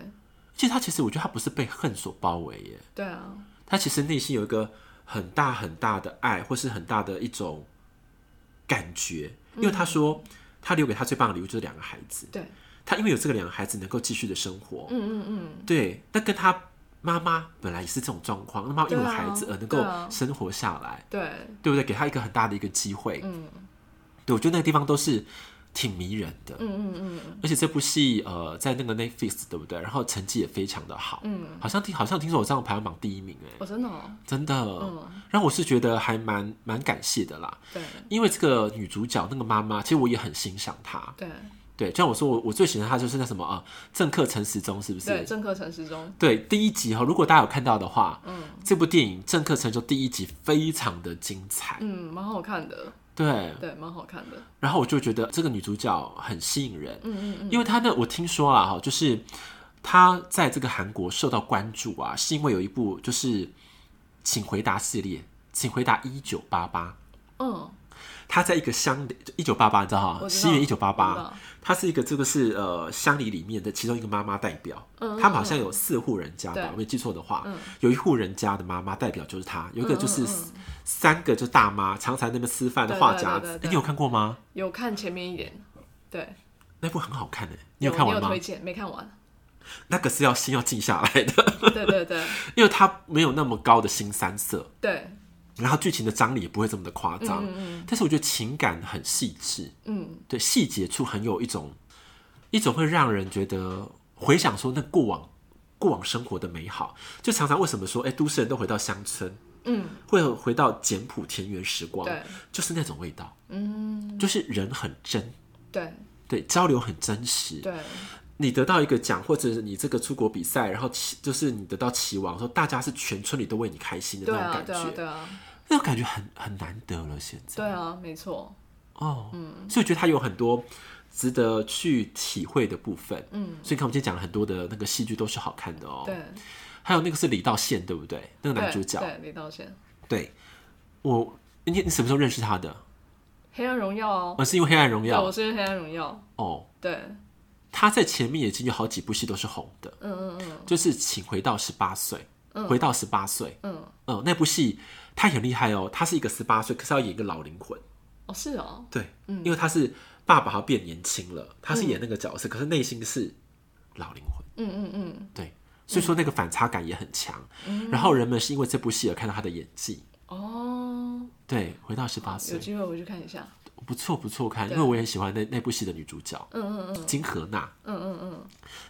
[SPEAKER 1] 其实她其实我觉得她不是被恨所包围耶，
[SPEAKER 2] 对啊，
[SPEAKER 1] 他其实内心有一个很大很大的爱，或是很大的一种感觉，因
[SPEAKER 2] 嗯
[SPEAKER 1] 为他说他留给他最棒的礼物就是两个孩子，
[SPEAKER 2] 对，
[SPEAKER 1] 他因为有这个两个孩子能够继续的生活，
[SPEAKER 2] 嗯嗯嗯，
[SPEAKER 1] 对，那跟他妈妈本来也是这种状况，那妈妈因为
[SPEAKER 2] 对啊
[SPEAKER 1] 孩子而能
[SPEAKER 2] 对
[SPEAKER 1] 够
[SPEAKER 2] 啊
[SPEAKER 1] 生活下来，
[SPEAKER 2] 对，
[SPEAKER 1] 对不对？给他一个很大的一个机会，
[SPEAKER 2] 嗯
[SPEAKER 1] 对我觉得那个地方都是挺迷人的，
[SPEAKER 2] 嗯嗯嗯
[SPEAKER 1] 而且这部戏呃在那个 Netflix 对不对？然后成绩也非常的好，
[SPEAKER 2] 嗯，
[SPEAKER 1] 好像听好像听说我上排行榜第一名哎、
[SPEAKER 2] 我真的哦，
[SPEAKER 1] 真的，
[SPEAKER 2] 嗯，
[SPEAKER 1] 然后我是觉得还蛮蛮感谢的啦，
[SPEAKER 2] 对
[SPEAKER 1] 因为这个女主角那个妈妈，其实我也很欣赏她。
[SPEAKER 2] 对
[SPEAKER 1] 对，就像我说，我我最喜欢她就是那什么啊，呃政客陈时中是不
[SPEAKER 2] 对，
[SPEAKER 1] 是？
[SPEAKER 2] 政客陈时中，
[SPEAKER 1] 对，第一集哈、如果大家有看到的话，
[SPEAKER 2] 嗯
[SPEAKER 1] 这部电影《政客陈时中》第一集非常的精彩。
[SPEAKER 2] 嗯，蛮好看的，
[SPEAKER 1] 对，
[SPEAKER 2] 对，蛮好看的，
[SPEAKER 1] 然后我就觉得这个女主角很吸引人，
[SPEAKER 2] 嗯嗯
[SPEAKER 1] 因为她呢，我听说啊哈，就是她在这个韩国受到关注啊，是因为有一部就是《请回答》系列，《请回答一九八八》。
[SPEAKER 2] 嗯，
[SPEAKER 1] 他在一个乡里，一九八八，你知道哈？
[SPEAKER 2] 我知道
[SPEAKER 1] 西元一九八
[SPEAKER 2] 我知
[SPEAKER 1] 八
[SPEAKER 2] 道，
[SPEAKER 1] 他是一个这个是呃乡里里面的其中一个妈妈代表。
[SPEAKER 2] 嗯嗯
[SPEAKER 1] 他们好像有四户人家吧，
[SPEAKER 2] 对
[SPEAKER 1] 我没记错的话，
[SPEAKER 2] 嗯
[SPEAKER 1] 有一户人家的妈妈代表就是他，有一个就是
[SPEAKER 2] 嗯嗯
[SPEAKER 1] 三个就大妈，常常在那边吃饭的
[SPEAKER 2] 对
[SPEAKER 1] 话匣
[SPEAKER 2] 对对
[SPEAKER 1] 子
[SPEAKER 2] 对。
[SPEAKER 1] 诶
[SPEAKER 2] 对
[SPEAKER 1] 你有看过吗？
[SPEAKER 2] 有看前面一点，对，
[SPEAKER 1] 那部很好看诶，你
[SPEAKER 2] 有
[SPEAKER 1] 有看
[SPEAKER 2] 你
[SPEAKER 1] 完
[SPEAKER 2] 有
[SPEAKER 1] 吗
[SPEAKER 2] 推？荐，没看完，
[SPEAKER 1] 那个是要心要静下来的，
[SPEAKER 2] 对对对
[SPEAKER 1] 因为它没有那么高的新三色，
[SPEAKER 2] 对，
[SPEAKER 1] 然后剧情的张力也不会这么的夸张，
[SPEAKER 2] 嗯
[SPEAKER 1] 但是我觉得情感很细致。
[SPEAKER 2] 嗯
[SPEAKER 1] 对细节处很有一种一种会让人觉得回想说那过往过往生活的美好，就常常为什么说哎、都市人都回到乡村，
[SPEAKER 2] 嗯，
[SPEAKER 1] 会回到简朴田园时光，
[SPEAKER 2] 对，
[SPEAKER 1] 就是那种味道，
[SPEAKER 2] 嗯
[SPEAKER 1] 就是人很真。
[SPEAKER 2] 对
[SPEAKER 1] 对，交流很真实。
[SPEAKER 2] 对
[SPEAKER 1] 你得到一个奖，或者是你这个出国比赛，然后棋就是你得到棋王，说大家是全村里都为你开心的
[SPEAKER 2] 对
[SPEAKER 1] 那种
[SPEAKER 2] 啊
[SPEAKER 1] 感
[SPEAKER 2] 对啊
[SPEAKER 1] 觉，
[SPEAKER 2] 对啊
[SPEAKER 1] 那种感觉很很难得了。现在，
[SPEAKER 2] 对啊，没错，
[SPEAKER 1] 哦，所以我觉得它有很多值得去体会的部分，
[SPEAKER 2] 嗯，
[SPEAKER 1] 所以你看我们今天讲了很多的那个戏剧都是好看的哦，
[SPEAKER 2] 对，
[SPEAKER 1] 还有那个是李道宪对不对？那个
[SPEAKER 2] 对
[SPEAKER 1] 男主角，
[SPEAKER 2] 对李道宪，
[SPEAKER 1] 对我，你你什么时候认识他的？
[SPEAKER 2] 黑暗荣耀哦，
[SPEAKER 1] 我是因为《黑暗荣
[SPEAKER 2] 对，
[SPEAKER 1] 耀
[SPEAKER 2] 我》是黑暗荣耀，
[SPEAKER 1] 哦，
[SPEAKER 2] 对，
[SPEAKER 1] 他在前面已经有好几部戏都是红的，
[SPEAKER 2] 嗯嗯嗯
[SPEAKER 1] 就是《请回到十八岁》，回到十八岁，
[SPEAKER 2] 嗯，
[SPEAKER 1] 嗯，那部戏他也很厉害哦，他是一个十八岁，可是要演一个老灵魂，
[SPEAKER 2] 哦是哦，
[SPEAKER 1] 对，因为他是爸爸好像
[SPEAKER 2] 嗯
[SPEAKER 1] 变年轻了，他是演那个角色，可是内心是老灵魂。
[SPEAKER 2] 嗯嗯嗯，
[SPEAKER 1] 对，所以说那个反差感也很强。然后人们是因为这部戏而看到他的演技。
[SPEAKER 2] 哦，
[SPEAKER 1] 对，回到十八
[SPEAKER 2] 有
[SPEAKER 1] 岁，
[SPEAKER 2] 机会我去看一下。
[SPEAKER 1] 不错不错看，因为
[SPEAKER 2] 对
[SPEAKER 1] 我也很喜欢那那部戏的女主角，嗯嗯嗯，金荷娜，嗯嗯嗯，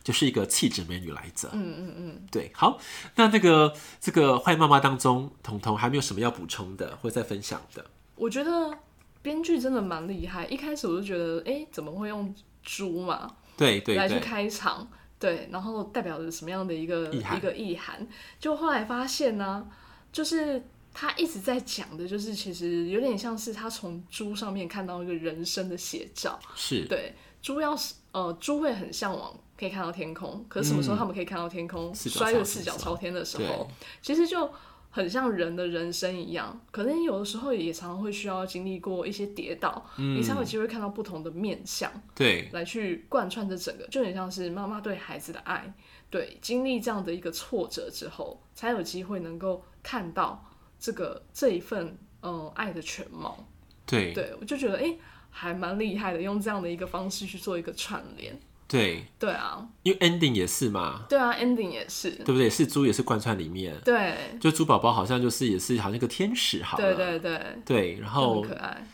[SPEAKER 1] 就是一个气质美女来着，嗯嗯嗯，对，好，那那个这个坏妈妈当中，彤彤还没有什么要补充的，或者再分享的，
[SPEAKER 2] 我觉得编剧真的蛮厉害，一开始我就觉得，哎，怎么会用猪嘛
[SPEAKER 1] 对对
[SPEAKER 2] 来去
[SPEAKER 1] 对，
[SPEAKER 2] 开场？对，然后代表着什么样的一个
[SPEAKER 1] 意涵
[SPEAKER 2] 一个意涵？就后来发现呢、就是他一直在讲的，就是其实有点像是他从猪上面看到一个人生的写照。
[SPEAKER 1] 是，
[SPEAKER 2] 对，猪要是呃，猪会很向往可以看到天空，可是什么时候他们可以看到天空？
[SPEAKER 1] 嗯四脚
[SPEAKER 2] 摔
[SPEAKER 1] 朝
[SPEAKER 2] 得
[SPEAKER 1] 天
[SPEAKER 2] 四
[SPEAKER 1] 的
[SPEAKER 2] 脚
[SPEAKER 1] 时
[SPEAKER 2] 朝天的时
[SPEAKER 1] 对
[SPEAKER 2] 候，其实就很像人的人生一样，可能有的时候也常常会需要经历过一些跌倒，
[SPEAKER 1] 嗯
[SPEAKER 2] 你才有机会看到不同的面相，
[SPEAKER 1] 对，
[SPEAKER 2] 来去贯穿这整个，就很像是妈妈对孩子的爱。对，经历这样的一个挫折之后，才有机会能够看到这个这一份呃爱的全貌。
[SPEAKER 1] 对，
[SPEAKER 2] 对，我就觉得哎、诶还蛮厉害的，用这样的一个方式去做一个串联。
[SPEAKER 1] 对，
[SPEAKER 2] 对啊，
[SPEAKER 1] 因为 ending 也是嘛，
[SPEAKER 2] 对啊，ending 也是，
[SPEAKER 1] 对不对？是猪也是贯穿里面，
[SPEAKER 2] 对，
[SPEAKER 1] 就猪宝宝好像就是也是好像一个天使，好了，
[SPEAKER 2] 对对对，
[SPEAKER 1] 对然
[SPEAKER 2] 都
[SPEAKER 1] 后
[SPEAKER 2] 很可爱。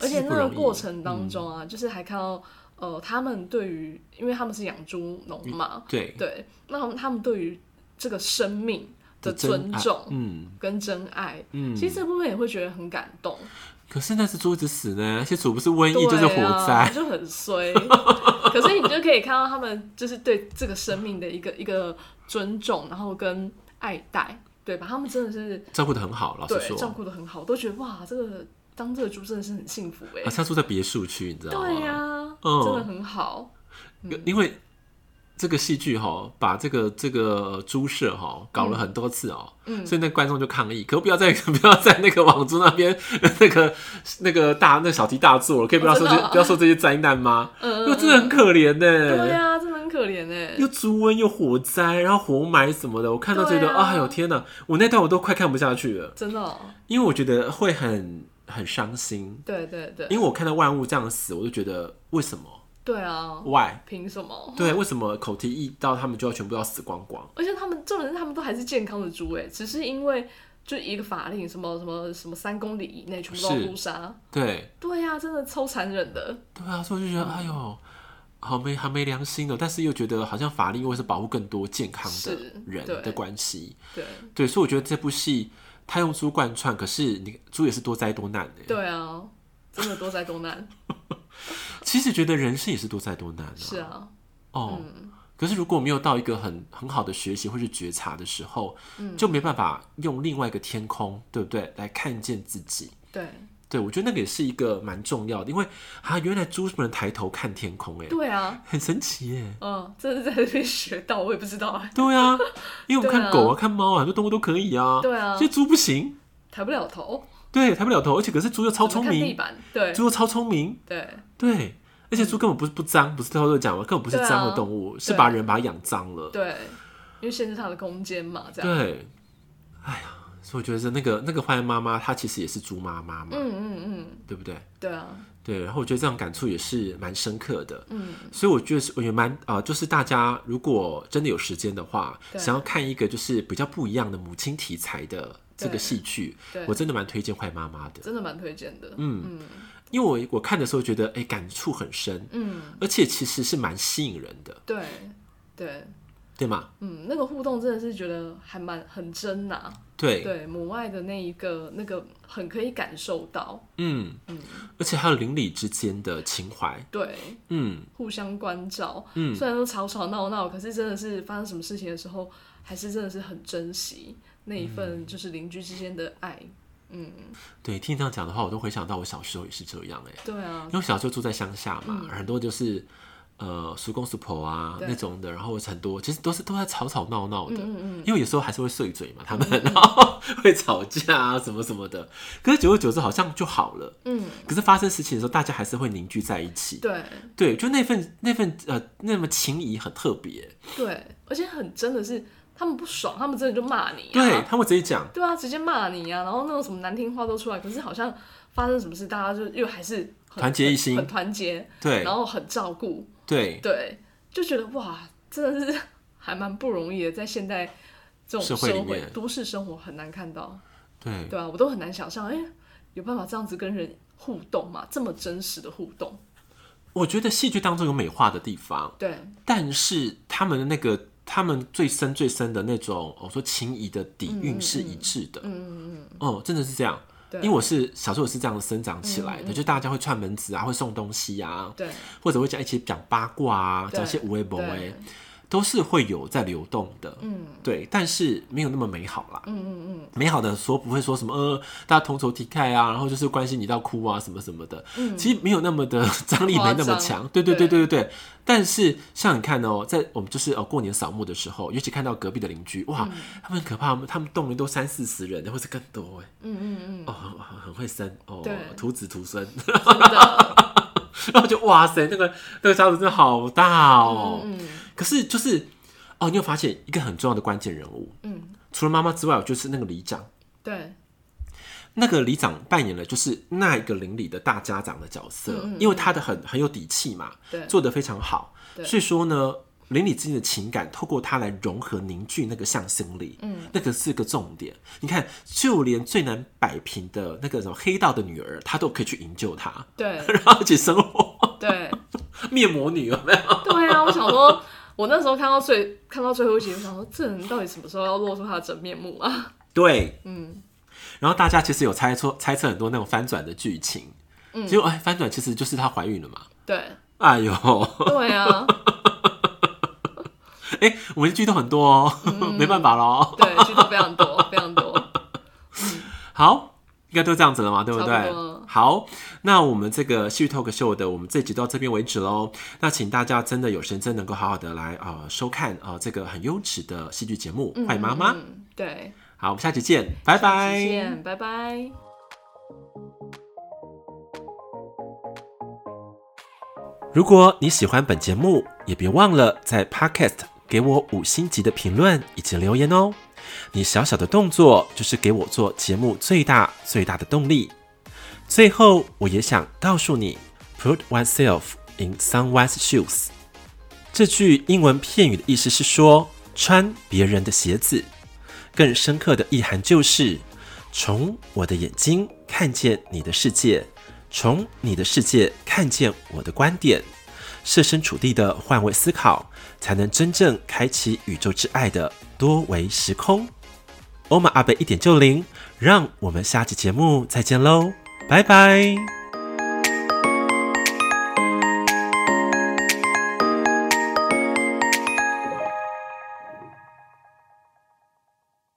[SPEAKER 1] 其
[SPEAKER 2] 而
[SPEAKER 1] 实
[SPEAKER 2] 且那个
[SPEAKER 1] 不容易嗯
[SPEAKER 2] 过程当中啊，就是还看到呃，他们对于，因为他们是养猪农
[SPEAKER 1] 嗯
[SPEAKER 2] 嘛，
[SPEAKER 1] 对
[SPEAKER 2] 对，那他们他们对于这个生命的
[SPEAKER 1] 真
[SPEAKER 2] 尊
[SPEAKER 1] 爱
[SPEAKER 2] 重
[SPEAKER 1] 嗯。
[SPEAKER 2] 跟真爱，嗯，其实这部分也会觉得很感动。
[SPEAKER 1] 可是那只猪一直死呢，而且猪不是瘟疫
[SPEAKER 2] 对
[SPEAKER 1] 就是火
[SPEAKER 2] 啊、
[SPEAKER 1] 灾，
[SPEAKER 2] 就很衰。 可是你就可以看到他们就是对这个生命的一个一个尊重，然后跟爱戴，对吧？他们真的是
[SPEAKER 1] 照顾的很好，老实
[SPEAKER 2] 对照
[SPEAKER 1] 说。
[SPEAKER 2] 顾的很好，我都觉得哇，这个当这个猪真的是很幸福哎、
[SPEAKER 1] 啊，他住在别墅区，你知道吗？
[SPEAKER 2] 对呀、啊嗯
[SPEAKER 1] 嗯
[SPEAKER 2] 真的很好，
[SPEAKER 1] 因为这个戏剧哈，把这个这个猪舍哈搞
[SPEAKER 2] 嗯
[SPEAKER 1] 了很多次哦，所以那观众就抗议，可不要再 不要在那个网猪那边那个那个大那小题大做了，可以不要说这、
[SPEAKER 2] 哦真的啊
[SPEAKER 1] 不要说这些灾难吗？因
[SPEAKER 2] 嗯
[SPEAKER 1] 为真的很可怜呢、
[SPEAKER 2] 对啊呀、真的很可怜哎、
[SPEAKER 1] 又猪瘟又火灾，然后活埋什么的，我看到觉得
[SPEAKER 2] 对，啊
[SPEAKER 1] 哎呦天哪！我那段我都快看不下去了，
[SPEAKER 2] 真的哦、
[SPEAKER 1] 因为我觉得会很很伤心，
[SPEAKER 2] 对对对，
[SPEAKER 1] 因为我看到万物这样死，我就觉得为什么
[SPEAKER 2] 对啊，
[SPEAKER 1] why？
[SPEAKER 2] 凭什么？
[SPEAKER 1] 对，为什么口蹄疫到他们就要全部要死光光？
[SPEAKER 2] 而且他们重点是他们都还是健康的猪哎、只是因为就一个法令，什么什么什么三公里以内全部都要
[SPEAKER 1] 是
[SPEAKER 2] 屠杀，
[SPEAKER 1] 对，
[SPEAKER 2] 对呀、真的超残忍的。
[SPEAKER 1] 对啊，所以我就觉得，哎呦，好没好没良心的，哦但是又觉得好像法律因为是保护更多健康的
[SPEAKER 2] 是
[SPEAKER 1] 人
[SPEAKER 2] 对
[SPEAKER 1] 的关系，
[SPEAKER 2] 对，
[SPEAKER 1] 对，所以我觉得这部戏他用猪贯穿，可是你猪也是多灾多难欸的。
[SPEAKER 2] 对啊，真的多灾多难。
[SPEAKER 1] 其实觉得人生也是多灾多难啊。
[SPEAKER 2] 是啊，
[SPEAKER 1] 哦，可是如果没有到一个很很好的学习或是觉察的时候，
[SPEAKER 2] 嗯
[SPEAKER 1] 就没办法用另外一个天空，对不对，来看见自己。
[SPEAKER 2] 对，
[SPEAKER 1] 对，我觉得那个也是一个蛮重要的，因为啊，原来猪不能抬头看天空，哎，
[SPEAKER 2] 对啊，
[SPEAKER 1] 很神奇耶。
[SPEAKER 2] 嗯，这是在这边学到，我也不 知道啊，
[SPEAKER 1] 对啊，因为我们
[SPEAKER 2] 对
[SPEAKER 1] 看
[SPEAKER 2] 啊
[SPEAKER 1] 狗啊、看猫啊，很多动物都可以啊，
[SPEAKER 2] 对啊
[SPEAKER 1] 所以猪不行，
[SPEAKER 2] 抬不了头，
[SPEAKER 1] 对，抬不了头，而且可是猪又超
[SPEAKER 2] 只
[SPEAKER 1] 聪
[SPEAKER 2] 能看地
[SPEAKER 1] 明，
[SPEAKER 2] 板，对
[SPEAKER 1] 猪又超聪明，
[SPEAKER 2] 对
[SPEAKER 1] 对，而且猪根本不是不脏，不是偷偷讲嘛，根本不是
[SPEAKER 2] 对啊
[SPEAKER 1] 脏的动物，是
[SPEAKER 2] 对
[SPEAKER 1] 把人把它养脏了，
[SPEAKER 2] 对，因为限制它的空间嘛，这样。
[SPEAKER 1] 对，哎呀，所以我觉得是那个那个坏妈妈，她其实也是猪妈妈嘛，
[SPEAKER 2] 嗯嗯嗯，
[SPEAKER 1] 对不对？
[SPEAKER 2] 对啊，
[SPEAKER 1] 对，然后我觉得这样感触也是蛮深刻的，嗯，所以我觉得是我觉得蛮啊、呃就是大家如果真的有时间的话，
[SPEAKER 2] 对
[SPEAKER 1] 想要看一个就是比较不一样的母亲题材的这个
[SPEAKER 2] 对
[SPEAKER 1] 戏剧
[SPEAKER 2] 对，
[SPEAKER 1] 我真的蛮推荐《坏妈妈》的，
[SPEAKER 2] 真的蛮推荐的。嗯，
[SPEAKER 1] 因为我我看的时候觉得哎感触很深，嗯，而且其实是蛮吸引人的，
[SPEAKER 2] 对对，
[SPEAKER 1] 对吗？
[SPEAKER 2] 嗯，那个互动真的是觉得还蛮很真呐、
[SPEAKER 1] 对，
[SPEAKER 2] 对母爱的那一个那个很可以感受到，
[SPEAKER 1] 嗯，而且还有邻里之间的情怀，
[SPEAKER 2] 对，
[SPEAKER 1] 嗯，
[SPEAKER 2] 互相关照。嗯，虽然都吵吵闹闹，可是真的是发生什么事情的时候，还是真的是很珍惜那一
[SPEAKER 1] 嗯
[SPEAKER 2] 份就是邻居之间的爱。
[SPEAKER 1] 对，听你这样讲的话，我都回想到我小时候也是这样哎、
[SPEAKER 2] 对啊
[SPEAKER 1] 因，为我小时候住在乡下嘛，很多就是呃叔公叔婆啊
[SPEAKER 2] 嗯对
[SPEAKER 1] 那种的，然后很多其实都是都在吵吵闹闹的，
[SPEAKER 2] 嗯嗯嗯
[SPEAKER 1] 因为有时候还是会碎嘴嘛，他们然后 会吵架啊什么什么的。可是久而久之好像就好了。
[SPEAKER 2] 嗯，
[SPEAKER 1] 可是发生事情的时候，大家还是会凝聚在一起。
[SPEAKER 2] 对
[SPEAKER 1] 对，就那份那份呃那么情谊很特别。
[SPEAKER 2] 对，而且很真的是他们不爽，他们真的就骂你、啊。
[SPEAKER 1] 对，他们直接讲，
[SPEAKER 2] 对啊，直接骂你啊，然后那种什么难听话都出来，可是好像发生什么事，大家就又还是很
[SPEAKER 1] 团结一心
[SPEAKER 2] 很很团结，
[SPEAKER 1] 对
[SPEAKER 2] 然后很照顾，
[SPEAKER 1] 对
[SPEAKER 2] 对，就觉得哇，真的是还蛮不容易的，在现代这种
[SPEAKER 1] 社
[SPEAKER 2] 社
[SPEAKER 1] 会
[SPEAKER 2] 会
[SPEAKER 1] 里面
[SPEAKER 2] 都市生活很难看到，
[SPEAKER 1] 对，
[SPEAKER 2] 对啊，我都很难想象，哎、有办法这样子跟人互动嘛？这么真实的互动，
[SPEAKER 1] 我觉得戏剧当中有美化的地方，
[SPEAKER 2] 对，
[SPEAKER 1] 但是他们的那个他们最深最深的那种，我说情谊的底蕴是一致的。嗯嗯嗯，哦，真的是这样。
[SPEAKER 2] 对
[SPEAKER 1] 因为我是小时候我是这样生长起来的，就大家会串门子啊，会送东西啊，
[SPEAKER 2] 对，
[SPEAKER 1] 或者会讲一起讲八卦啊，
[SPEAKER 2] 对
[SPEAKER 1] 讲一些无微不微
[SPEAKER 2] 对，
[SPEAKER 1] 都是会有在流动的。嗯，对，但是没有那么美好啦。嗯嗯嗯，美好的说不会说什么呃，大家同仇敌忾啊，然后就是关心你到哭啊什么什么的。嗯，其实没有那么的张力没那么
[SPEAKER 2] 夸张
[SPEAKER 1] 强。对对对对对对。但是像你看哦，在我们就是呃过年扫墓的时候，尤其看到隔壁的邻居，哇，
[SPEAKER 2] 嗯
[SPEAKER 1] 他们很可怕，他们动人都三四十人，或者更多哎。嗯嗯嗯。哦，很很很会生哦
[SPEAKER 2] 对，
[SPEAKER 1] 徒子徒孙。
[SPEAKER 2] 真的，
[SPEAKER 1] 然后就哇塞，那个那个家族真的好大哦。
[SPEAKER 2] 嗯
[SPEAKER 1] 可是就是哦，你有发现一个很重要的关键人物，
[SPEAKER 2] 嗯，
[SPEAKER 1] 除了妈妈之外，就是那个里长。
[SPEAKER 2] 对，
[SPEAKER 1] 那个里长扮演了就是那一个邻里的大家长的角色，因为他的很很有底气嘛，
[SPEAKER 2] 对
[SPEAKER 1] 做得非常好，
[SPEAKER 2] 对
[SPEAKER 1] 所以说呢，邻里之间的情感透过他来融合凝聚那个向心力，嗯，那个是个重点。你看，就连最难摆平的那个什么黑道的女儿，她都可以去营救她，
[SPEAKER 2] 对，
[SPEAKER 1] 然后一起生活，
[SPEAKER 2] 对，
[SPEAKER 1] 面膜女有没有？
[SPEAKER 2] 对啊，我想说，我那时候看到最看到最后一集，我想说，这人到底什么时候要露出他的真面目啊？
[SPEAKER 1] 对，嗯。然后大家其实有猜测猜测很多那种翻转的剧情，嗯，结果哎，翻转其实就是她怀孕了嘛。
[SPEAKER 2] 对，
[SPEAKER 1] 哎呦，
[SPEAKER 2] 对啊，
[SPEAKER 1] 哎、我们剧都很多哦，
[SPEAKER 2] 嗯
[SPEAKER 1] 没办法喽。
[SPEAKER 2] 对，剧透非常多，非常多，
[SPEAKER 1] 好，应该都这样子了嘛，对不
[SPEAKER 2] 差
[SPEAKER 1] 对
[SPEAKER 2] 不多了？
[SPEAKER 1] 好，那我们这个戏剧 talk show 的，我们这集到这边为止喽。那请大家真的有时间能够好好的来啊、呃收看啊、呃这个很优质的戏剧节目《坏妈妈》。
[SPEAKER 2] 嗯，对，
[SPEAKER 1] 好，我们下期见，拜
[SPEAKER 2] 下
[SPEAKER 1] 拜。
[SPEAKER 2] 期见，拜拜。
[SPEAKER 1] 如果你喜欢本节目，也别忘了在 Podcast 给我五星级的评论以及留言哦。你小小的动作就是给我做节目最大最大的动力。最后，我也想告诉你，Put oneself in someone's shoes。这句英文片语的意思是说穿别人的鞋子，更深刻的意涵就是从我的眼睛看见你的世界，从你的世界看见我的观点，设身处地的换位思考，才能真正开启宇宙之爱的多维时空。欧玛阿贝一点就灵，让我们下期节目再见喽，拜拜。